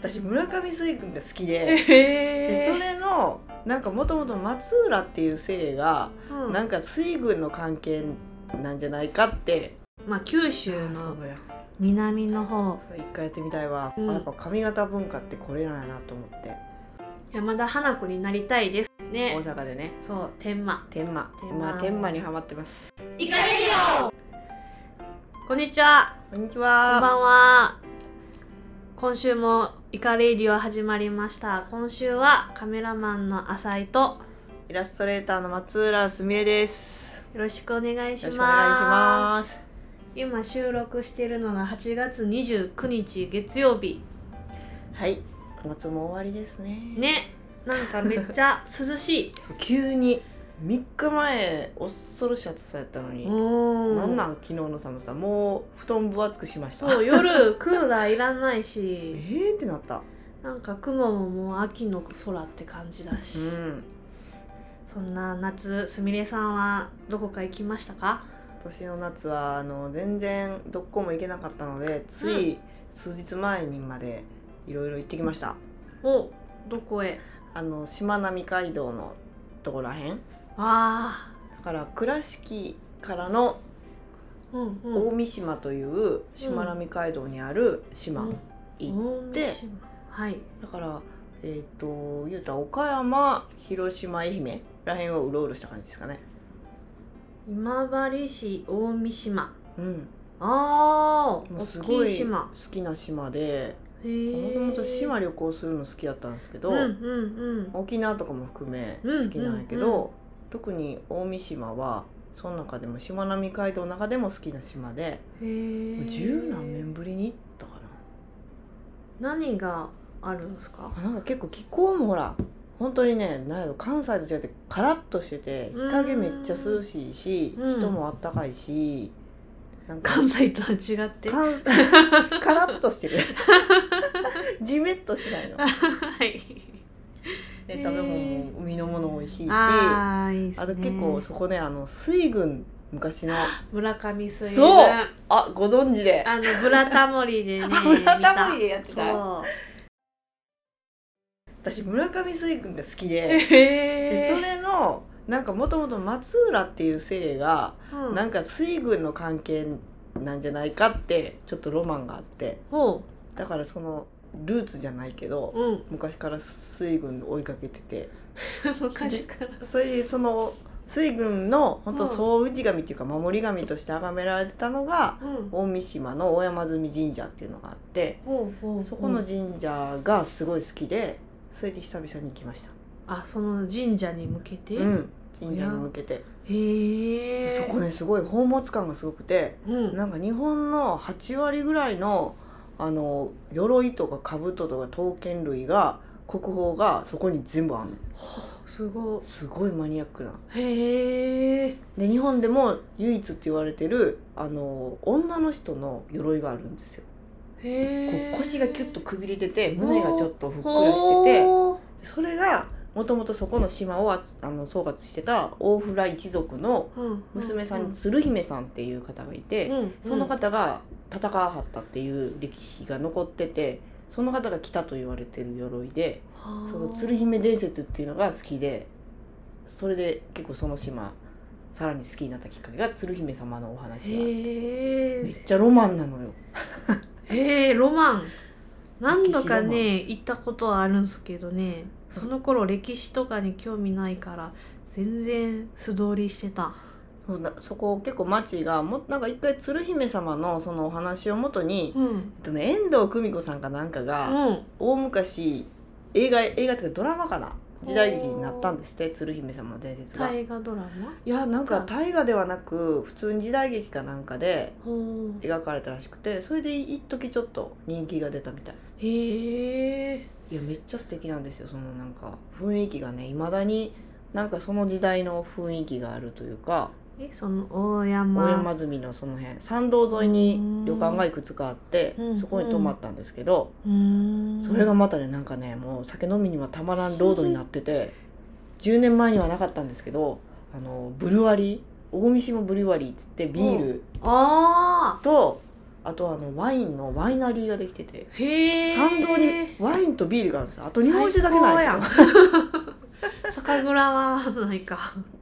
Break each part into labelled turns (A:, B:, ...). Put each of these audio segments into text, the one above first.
A: 私村上水君が好き
B: え
A: ででそ
B: ー、
A: れのなんかもともと松浦っていう姓が
B: うん
A: なんか水軍の関係なんじゃないかって
B: まあ九州
A: あそ
B: の
A: うや
B: 南の方
A: それ一回やってみたいわ、
B: うん
A: あやっぱ髪型文化ってこれなんやなと思って
B: 山田花子になりたいです
A: 大
B: ね
A: 阪でね
B: そう天満
A: 天満
B: 天満
A: 今天満にハマってます
B: イカレこんにちは
A: こんにち
B: こんば
A: は
B: んは。今週もイカレイディオ始まりました。今週はカメラマンの浅井と
A: イラストレーターの松浦すみれです
B: よろしくお願いし
A: よろしく
B: ます。
A: お願いします
B: 今収録しているのが8月29日月曜日。
A: はい夏も終わりですね
B: ね、なんかめっちゃ涼し
A: 急に3日前恐ろしい暑さやったの
B: い。
A: に、
B: お
A: なんなん
B: ん。
A: 昨日の寒さもう布団分厚くしました
B: そうう夜クーラーいらない し
A: えーってなった
B: なんか雲ももう秋の空って感じだし、
A: うん
B: そんな夏すみれさんはどこか行きましたか
A: 今年の夏はあの全然どこも行けなかったのでつい数日前にまでいろいろ行ってきました、
B: おどこへ
A: あのしまなみ海道のところらへん
B: あ
A: だから倉敷からの
B: あうんうん
A: 大三島というしまなみ海道にある島、
B: うん
A: 行って
B: 大三島はい
A: だからえっ、と言うたら岡山広島愛媛らへんをうろうろした感じですかね
B: 今治市大三島
A: うん
B: ああ
A: もうす
B: 大
A: ご
B: きい
A: い好
B: 島
A: きな島でも
B: へえ
A: ともと島旅行するの好きだったんですけど、
B: うんうんうん
A: 沖縄とかも含め
B: うん
A: 好きなんやけど、
B: うんうん
A: 特に大三島はその中でもしまなみ海道の中でも好きな島で、
B: へえ
A: 十何年ぶりに行ったか
B: 何があるんですか
A: ななんか結構気候もほら本当にねなんやろ関西と違ってカラッとしてて日陰めっちゃ涼しいし、
B: うん
A: 人もあったかいしなんか
B: 関西とは違っては
A: 関 カラッとして るジメッとし ないの。
B: い
A: で食べ物も海のもの美味しいしあ
B: ああいいですね
A: と結構そこねあの水軍昔の
B: 村上水
A: そう
B: 軍あ
A: あご存知で
B: のブラタモリ でね
A: あブラタモリでやってた
B: 見そう
A: 私村上水軍が好きでで
B: へ
A: それのなんかもともと松浦っていう姓が
B: そ
A: なん
B: か
A: か水軍の関係なんじゃないかってちょっとロマンがあって
B: ほ
A: だからそのルーツじゃないけど
B: ううん
A: 昔から水軍追いかけてて
B: 昔から
A: それでその水軍の本当総氏神っていうか守り神として崇められてたのが
B: うん
A: 大三島の大山積神社っていうのがあって
B: ほうほう
A: そこの神社がすごい好きでそれで久々に行きました。
B: あその神社に向けて、
A: うん、神社に向けて
B: へえ
A: そこねすごい宝物感がすごくて
B: うん
A: なんか日本の8割ぐらいのあの鎧とか兜とか刀剣類が国宝がそこに全部あるの
B: はあすご
A: すごいマニアックない
B: へえ
A: で日本でも唯一って言われてるあの女の人の鎧があるんですよこ
B: へえ
A: う腰がキュッとくびれてて胸がちょっとふっくらしてて
B: ほ
A: それがもともとそこの島をあつあの総括してた大浦一族の
B: ううん
A: 娘さんに鶴姫さんっていう方がいて、
B: うん
A: その方が戦わはったっていう歴史が残っててその方が来たと言われてる鎧でその鶴
B: 姫
A: 姫伝説っていうのが好きでそれで結構その島さらに好きになったきっかけが鶴姫様のお話が
B: へえ
A: めっちゃロマンなのよ
B: へえロマン何度か
A: 歴
B: ね行ったことはあるんですけどねその頃歴史とかに興味ないから全然素通りしてた
A: そうだそこ結構町がもなんか一回鶴姫様のそのお話をもとに、
B: うん
A: えっとね、遠藤久美子さんかなんか
B: う
A: が、
B: ん
A: 大昔映画映画っていうかドラマかな時代劇になったんですって鶴姫様の伝説が。
B: 大河ドラマ
A: いやなんか大河ではなく普通に時代劇かなんかで
B: ほう
A: 描かれたらしくてそれで一時ちょっと人気が出たみたい
B: へえ
A: いやめっちゃ素敵なんですよそのなんか雰囲気がねいまだになんかその時代の雰囲気があるというか
B: えその大山
A: 大山積みのその辺参道沿いに旅館がいくつかあって
B: うん
A: そこに泊まったんですけど
B: うーん
A: それがまたねなんかねもう酒飲みにはたまらんロードになってて10年前にはなかったんですけどあのブルワリー大三島ブルワリーっつってビール
B: あ
A: とあとあのワインのワイナリーができてて
B: へえ
A: 参道にワインとビールがあるんですよあと日本酒だけない
B: 最高やん 酒蔵はないか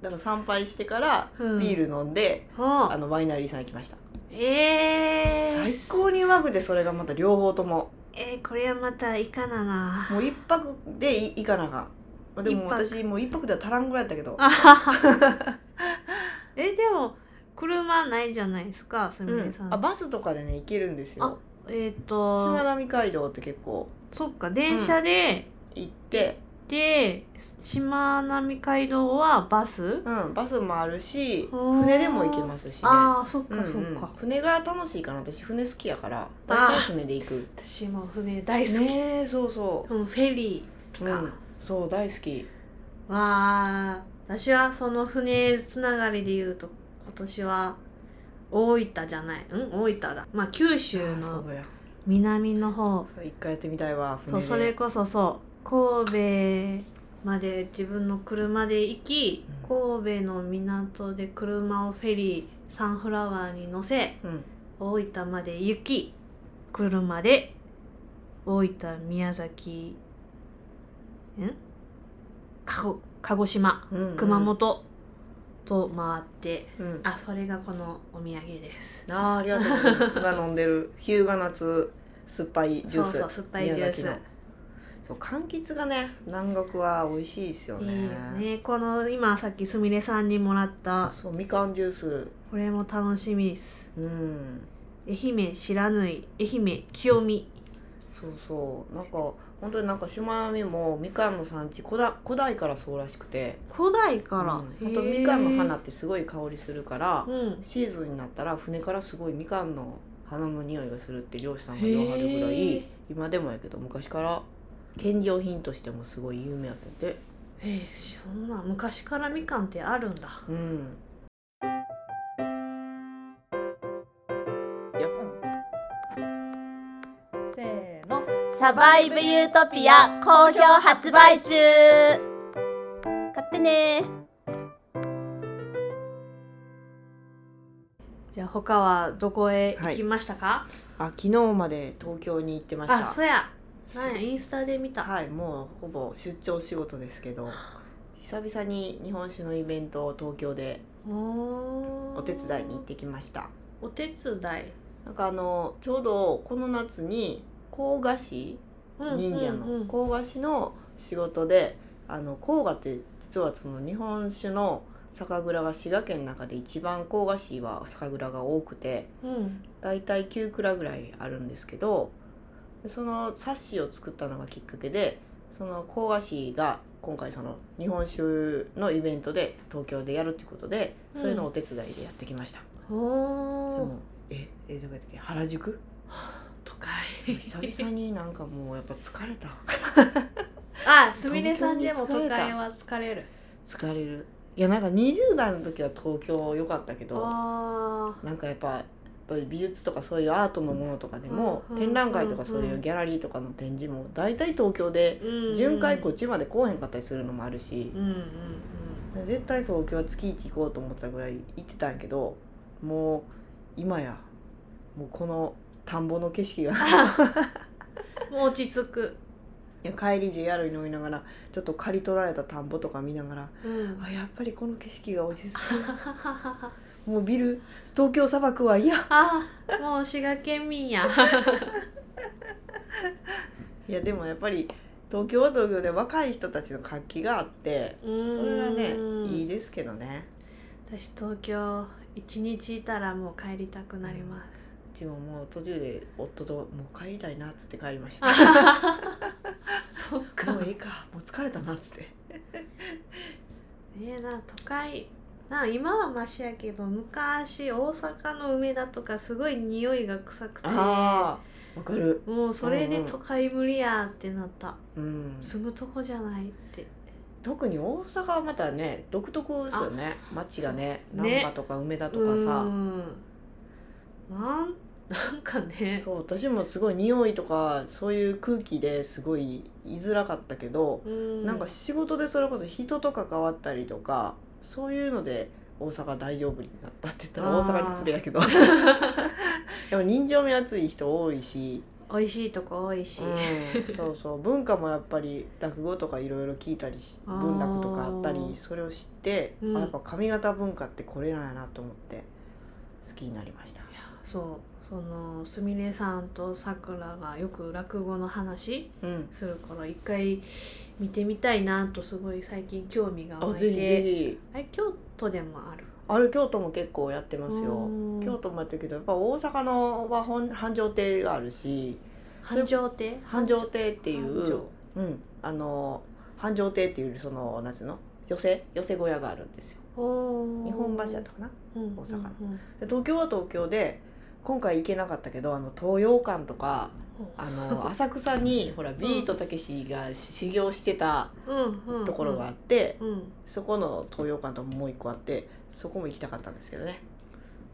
A: だから参拝してから
B: うん
A: ビール飲んで、
B: は
A: あ
B: あ
A: のワイナリーさん行きました
B: えー、
A: 最高にうまくてそれがまた両方とも
B: えー、これはまたいかなな
A: もう一泊でい行かなあかんまあでも
B: 一泊
A: 私もう一泊では足らんぐらいやったけど
B: あははえでも車ないじゃないですかすみ
A: う
B: れ
A: ん
B: さん、
A: あバスとかでね行けるんです
B: あ
A: よ
B: えっ、
A: し
B: ー、
A: ま
B: と
A: なみ海道って結構
B: そっか電車で、
A: 行って、
B: でしまなみ海道はバス、
A: うん、バスもあるし
B: おー
A: 船でも行けますしね
B: ああそっ
A: う
B: か、
A: んうん
B: そっか
A: 船が楽しいかな私船好きやから
B: あー
A: 大体船で行く
B: 私も船大好き、
A: ねえそうそ
B: うん、フェリーと
A: う、う
B: か、
A: ん、そう大好き
B: わあ私はその船つながりで言うと今年は大分じゃないうん大分だまあ九州
A: あー
B: の
A: そうや
B: 南の方
A: それ一回やってみたいわ船
B: そう
A: で
B: それこそそう神戸まで自分の車で行き神戸の港で車をフェリーサンフラワーに乗せ
A: うん
B: 大分まで行き車で大分宮崎んかご鹿児島
A: うんうん
B: 熊本と回って、
A: うん
B: あそれがこのお土産です
A: あー ありがとうございます今飲んでる日向夏酸っぱいジュース
B: そうそう酸っぱいジュース
A: 宮崎のそう柑橘がね南国は美味しいですよ
B: いい
A: ね
B: よねこの今さっきすみれさんにもらった
A: そうみかんジュース
B: これも楽しみです
A: うん
B: 愛媛知らぬい愛媛清見
A: そうそうなんか本当になんか島並みもみかんの産地古代古代からそうらしくて
B: 古代か
A: うん
B: ら、
A: あと
B: へー
A: みかんの花ってすごい香りするから
B: うん
A: シーズンになったら船からすごいみかんの花の匂いがするって漁師さんが言わはるぐら
B: へ
A: い
B: ー
A: 今でもやけど昔から献上品としてもすごい有名やってて
B: えー、そんな昔からみかんってあるんだ
A: うん
C: せーの。サバイブユートピア好評発売中買ってね
B: じゃあ他はどこへ行きましたか、
A: あ昨日まで東京に行ってました
B: あそやなんやインスタで見た、
A: はいもうほぼ出張仕事ですけど久々に日本酒のイベントを東京で
B: お
A: お手伝いに行ってきました
B: お手伝い
A: なんかあのちょうどこの夏に甲賀市忍者
B: うんうん
A: の
B: うん
A: 甲賀市の仕事であの甲賀って実はその日本酒の酒蔵が滋賀県の中で一番甲賀市は酒蔵が多くて
B: うん、
A: だいたい9蔵ぐらいあるんですけどその冊子を作ったのがきっかけでその甲賀市が今回その日本酒のイベントで東京でやるってことで、そういうのをお手伝いでやってきました。で
B: お
A: もええどこやったっけ原宿
B: 都
A: 久
B: 会
A: 々になんかもうやっぱ疲れた
B: あすみれさんでも
A: 東京に疲れ
B: 都
A: た
B: 会は疲れる
A: 疲れるいやなんか20代の時は東京良かったけど
B: あ
A: なんかやっぱやっぱり美術とかそういうアートのものとかでも、
B: うん
A: 展覧会とかそう
B: うん
A: いううんギャラリーとかの展示も大体東京で
B: ーうん
A: 巡回こっちまで来おへんかったりするのもあるし
B: う、んうんうん
A: 絶対東京は月一行こうと思ってたぐらい行ってたんやけどもう今やもうこの田んぼの景色が
B: もう落ち着く、
A: いや帰り JR に乗りながらちょっと刈り取られた田んぼとか見ながら
B: うん
A: あやっぱりこの景色が落ち着
B: あ
A: くもうビル東京砂漠は嫌
B: もう滋賀県民や
A: いやでもやっぱり東京は東京で若い人たちの活気があって
B: そ
A: それはねいいですけどね
B: 私東京一日いたらもう帰りたくなります
A: うちももう途中で夫と「もう帰りたいな」っつって帰りました。
B: そっか
A: もういいかもう疲れたなっつって
B: ねえな都会な今はマシやけど昔大阪の梅田とかすごい匂いが臭くて
A: あわかる
B: もうそれ
A: う
B: で
A: んうん
B: 都会無理やってなった、
A: うん
B: 住むとこじゃないって
A: 特に大阪はまたね独特ですよね街がね
B: そう
A: 難
B: ね
A: 波とか梅田と
B: う
A: か
B: ん
A: さ
B: なん なんかね
A: そう私もすごい匂いとかそういう空気ですごい居づらかったけど、
B: うん
A: なんか仕事でそれこそ人と関わったりとかそういうので大阪大丈夫になったって言ったら
B: あ
A: 大
B: ー
A: 阪に失礼やけどでも人情味熱い人多いし、
B: 美味しいとこ多いし、
A: うん、そうそう文化もやっぱり落語とかいろいろ聞いたりし
B: あー
A: 文楽とかあったりそれを知って、
B: うん
A: あやっぱ上方文化ってこれなんやなと思って好きになりました。
B: そうそのすみれさんとさくらがよく落語の話
A: うん、
B: するから一回見てみたいなとすごい最近興味が
A: あ
B: 湧い
A: ぜひぜ
B: て
A: ひ
B: あれ京都でもある
A: あれ京都も結構やってますよ
B: うん
A: 京都もやってるけどやっぱ大阪のは本繁盛亭があるし
B: 繁盛亭
A: 繁盛亭ってい
B: 繁
A: う
B: 盛、
A: うん、あの繁盛亭っていうそのなんていうの寄せ寄せ小屋があるんですよ
B: おー
A: 日本橋やったかな
B: うんうんうん
A: 大阪ので東京は東京で今回行けなかったけどあの東洋館とかあ の浅草にほらビートたけしが修行してた
B: うんうんうん
A: ところがあって、
B: うん
A: そこの東洋館ともう一個あってそこも行きたかったんですけどね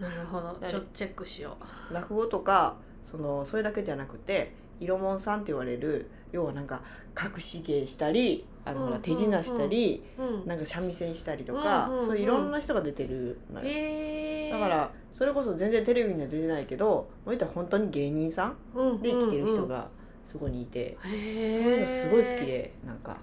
B: なるほど
A: 誰
B: ちょっとチェックしよ
A: 落語とかそのそれだけじゃなくて色もんさんって言われる要はなんか隠し芸したりあの、ほ
B: うんうんう
A: ら
B: ん
A: 手品したり、
B: う、うん、
A: なんか三味線したりとか、
B: うんうんうん
A: そういういろんな人が出てるのよ。
B: えー、
A: だからそれこそ全然テレビには出てないけどもう言ったら本当に芸人さんで生きてる人がそこにいて、
B: うんうんうん、
A: そういうのすごい好き
B: へー
A: でなんか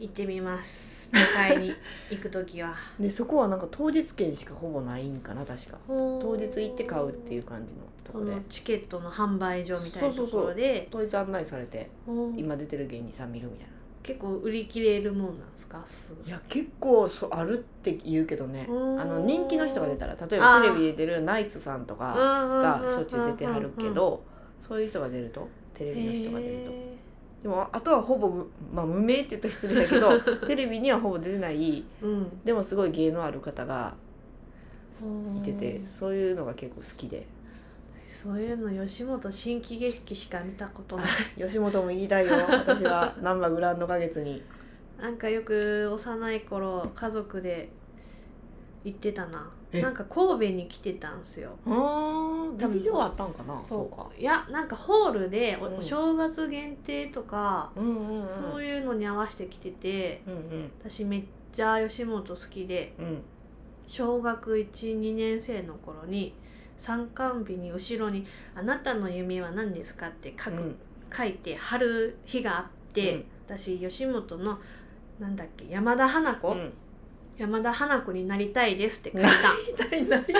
B: 行ってみます都会に行く時は
A: でそこはなんか当日券しかほぼないんかな確か
B: 当
A: 当日行って買うっていう感じのと
B: そ
A: こで
B: のチケットの販売所みたいな
A: そうそ
B: と
A: うそ
B: こ
A: う
B: ろで
A: 当日案内されて
B: うん
A: 今出てる芸人さん見るみたいな。
B: 結構売り切れるもんなんですかすぐ
A: いや結構そうあるって言うけどね
B: うん
A: あの人気の人が出たら例えばテレビで出るナイツさんとかが
B: が
A: しょっちゅう出てはるけどそういう人が出るとテレビの人が出るとでもあとはほぼ、まあ、無名って言ったら失礼だけど テレビにはほぼ出てない
B: とうん
A: でもすごい芸のある方がいて
B: う
A: て
B: ん
A: そういうのが結構好きで
B: そういうの吉本新喜劇しか見たことない
A: 吉本も行きたいよ私 は難波グランド花月に
B: なんかよく幼い頃家族で行ってたな
A: え
B: なんか神戸に来てたんすよ
A: ああ
B: 多分
A: 劇場あったんかな
B: そう
A: か
B: いやなんかホールでお,、
A: うん
B: 正月限定とか、
A: うんうんうん
B: そう
A: いう
B: いうのに合わせてきてて
A: うんうん
B: 私めっちゃ吉本好きで
A: うん
B: 小学12年生の頃に参観日に後ろに「あなたの夢は何ですか?」って書く、
A: うん
B: 書いて貼る日があって、
A: うん
B: 私吉本のなんだっけ山田花子、
A: うん
B: 山田花子になりたいですって書いた
A: なりたい なりたい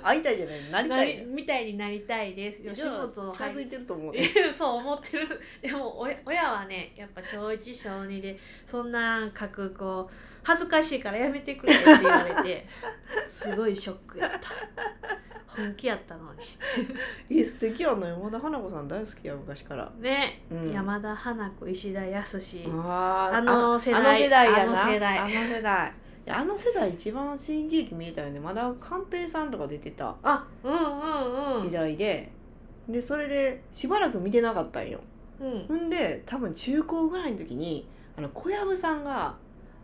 A: 会いたいじゃないなりた
B: ないりみたいになりたいです吉本
A: 近づい
B: 入
A: てると思う
B: そう思ってるでもおや親はねやっぱ小1小2でそんなん書く子恥ずかしいからやめてくれって言われて すごいショックやった本気やったのに
A: え素敵やな山田花子さん大好きや昔から、
B: ね、
A: うん
B: 山田花子石田康志
A: あー
B: あの世代
A: あの世代やな
B: あの世代
A: あの世代いやあの世代一番新喜劇見えたよねまだ寛平さんとか出てた
B: あうんうんう
A: 時
B: ん
A: 代で、でそれでしばらく見てなかったんよ
B: うん
A: ほんで多分中高ぐらいの時にあの小籔さんが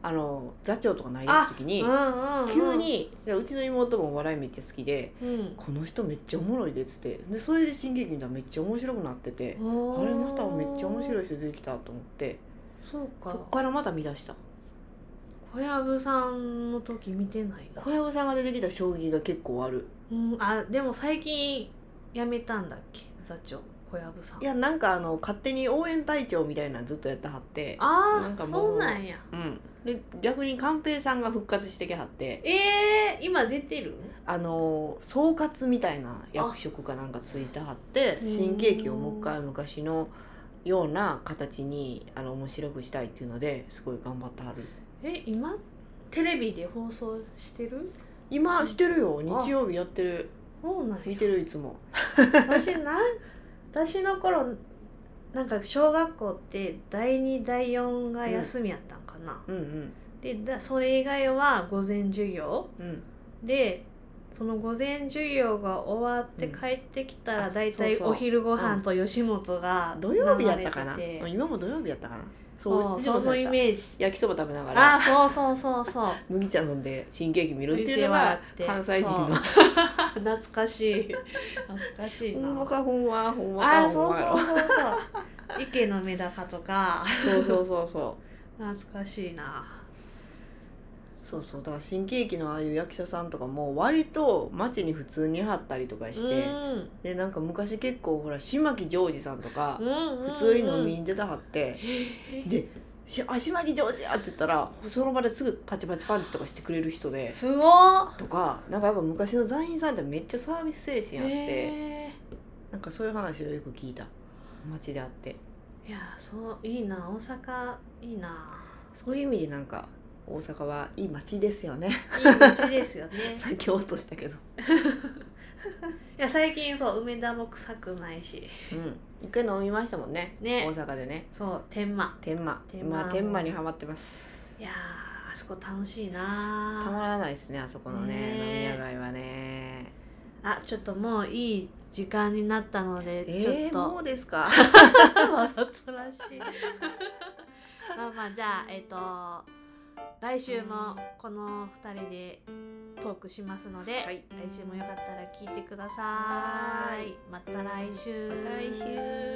A: あの座長とかないです時に
B: うんうん
A: 急にでうちの妹もお笑いめっちゃ好きで
B: うん
A: この人めっちゃおもろいでっつってでそれで新喜劇見たらめっちゃ面白くなっててあれまためっちゃ面白
B: い
A: い人出てきたと思って
B: そう
A: そ
B: か
A: っからまた見出した
B: 小籔さんの時見てないな
A: 小籔さんが出てきた衝撃が結構ある
B: うん、あでも最近やめたんだっけ座長小籔さん
A: いやなんかあの勝手に応援隊長みたいなのずっとやってはって
B: あ
A: なん
B: あ
A: かも
B: そううなんや
A: うんで逆に寛平さんが復活してきはって
B: えー、今出てる
A: あの総括みたいな役職かなんかついてはって
B: あ
A: 新喜劇をもう一回昔のような形にあの面白くしたいっていうのですごい頑張ってはる
B: え今テレビで放送してる
A: 今してるよ
B: あ
A: 日曜日やってる
B: そうなんや
A: 見てるいつも
B: 私な私の頃なんか小学校って第2第4が休みやったんかな、
A: うんうん
B: でだそれ以外は午前授業
A: うん
B: でその午前授業が終わって
A: うん
B: 帰ってきたら
A: あ
B: 大体
A: そうそう
B: お昼ご飯と吉本が
A: 土曜日やったかな
B: 流れてて
A: 今も土曜日やったかな
B: そうそのイ
A: ージ
B: メージ
A: 焼きそば食べなが
B: あ
A: ら
B: あそうそうそうそう
A: 麦茶飲んで新喜劇見るっていうの
B: 笑
A: が
B: って
A: 関西人の
B: 懐かしい懐かしい
A: ほ
B: なん
A: まかほんまほんま
B: あ
A: か
B: あ
A: ほん
B: そう
A: ま
B: そうそうそう池のメダカとか
A: そうそうそうそうそう
B: 懐かしいな
A: そうそうだから新喜劇のああいう役者さんとかも割と街に普通に貼ったりとかし
B: う
A: て、
B: ん
A: でなんか昔結構ほら島木ジョージさんとか
B: うん、
A: 普通に飲みに出たはって、で「しあ島木ジョージや!」って言ったらその場ですぐパチパチパンチとかしてくれる人で。
B: すごっ
A: とかなんかやっぱ昔の座員さんってめっちゃサービス精神あって、
B: へ
A: なんかそういう話をよく聞いた街であって
B: ーいやそういいな大阪いい な
A: そういう意味でなんか大阪はいい街ですよね
B: いい街ですよね
A: さっき落としたけど
B: いや最近そう梅田も臭くないし
A: うん一回飲みましたもんね
B: ね
A: 大阪でね
B: そう天満
A: 天満
B: 天満
A: まあ天満にはまってます
B: いやーあそこ楽しいな
A: たまらないですねあそこのね
B: ねえ
A: 飲み屋街はね
B: あちょっともういい時間になったので、
A: え
B: ちょ
A: ー、
B: っと
A: もうですか
B: わざとらしい まあまあじゃあえっ、と来週もこの2人でトークしますので、
A: はい
B: 来週もよかったら聞いてください
A: はーい
B: また来週
A: 来週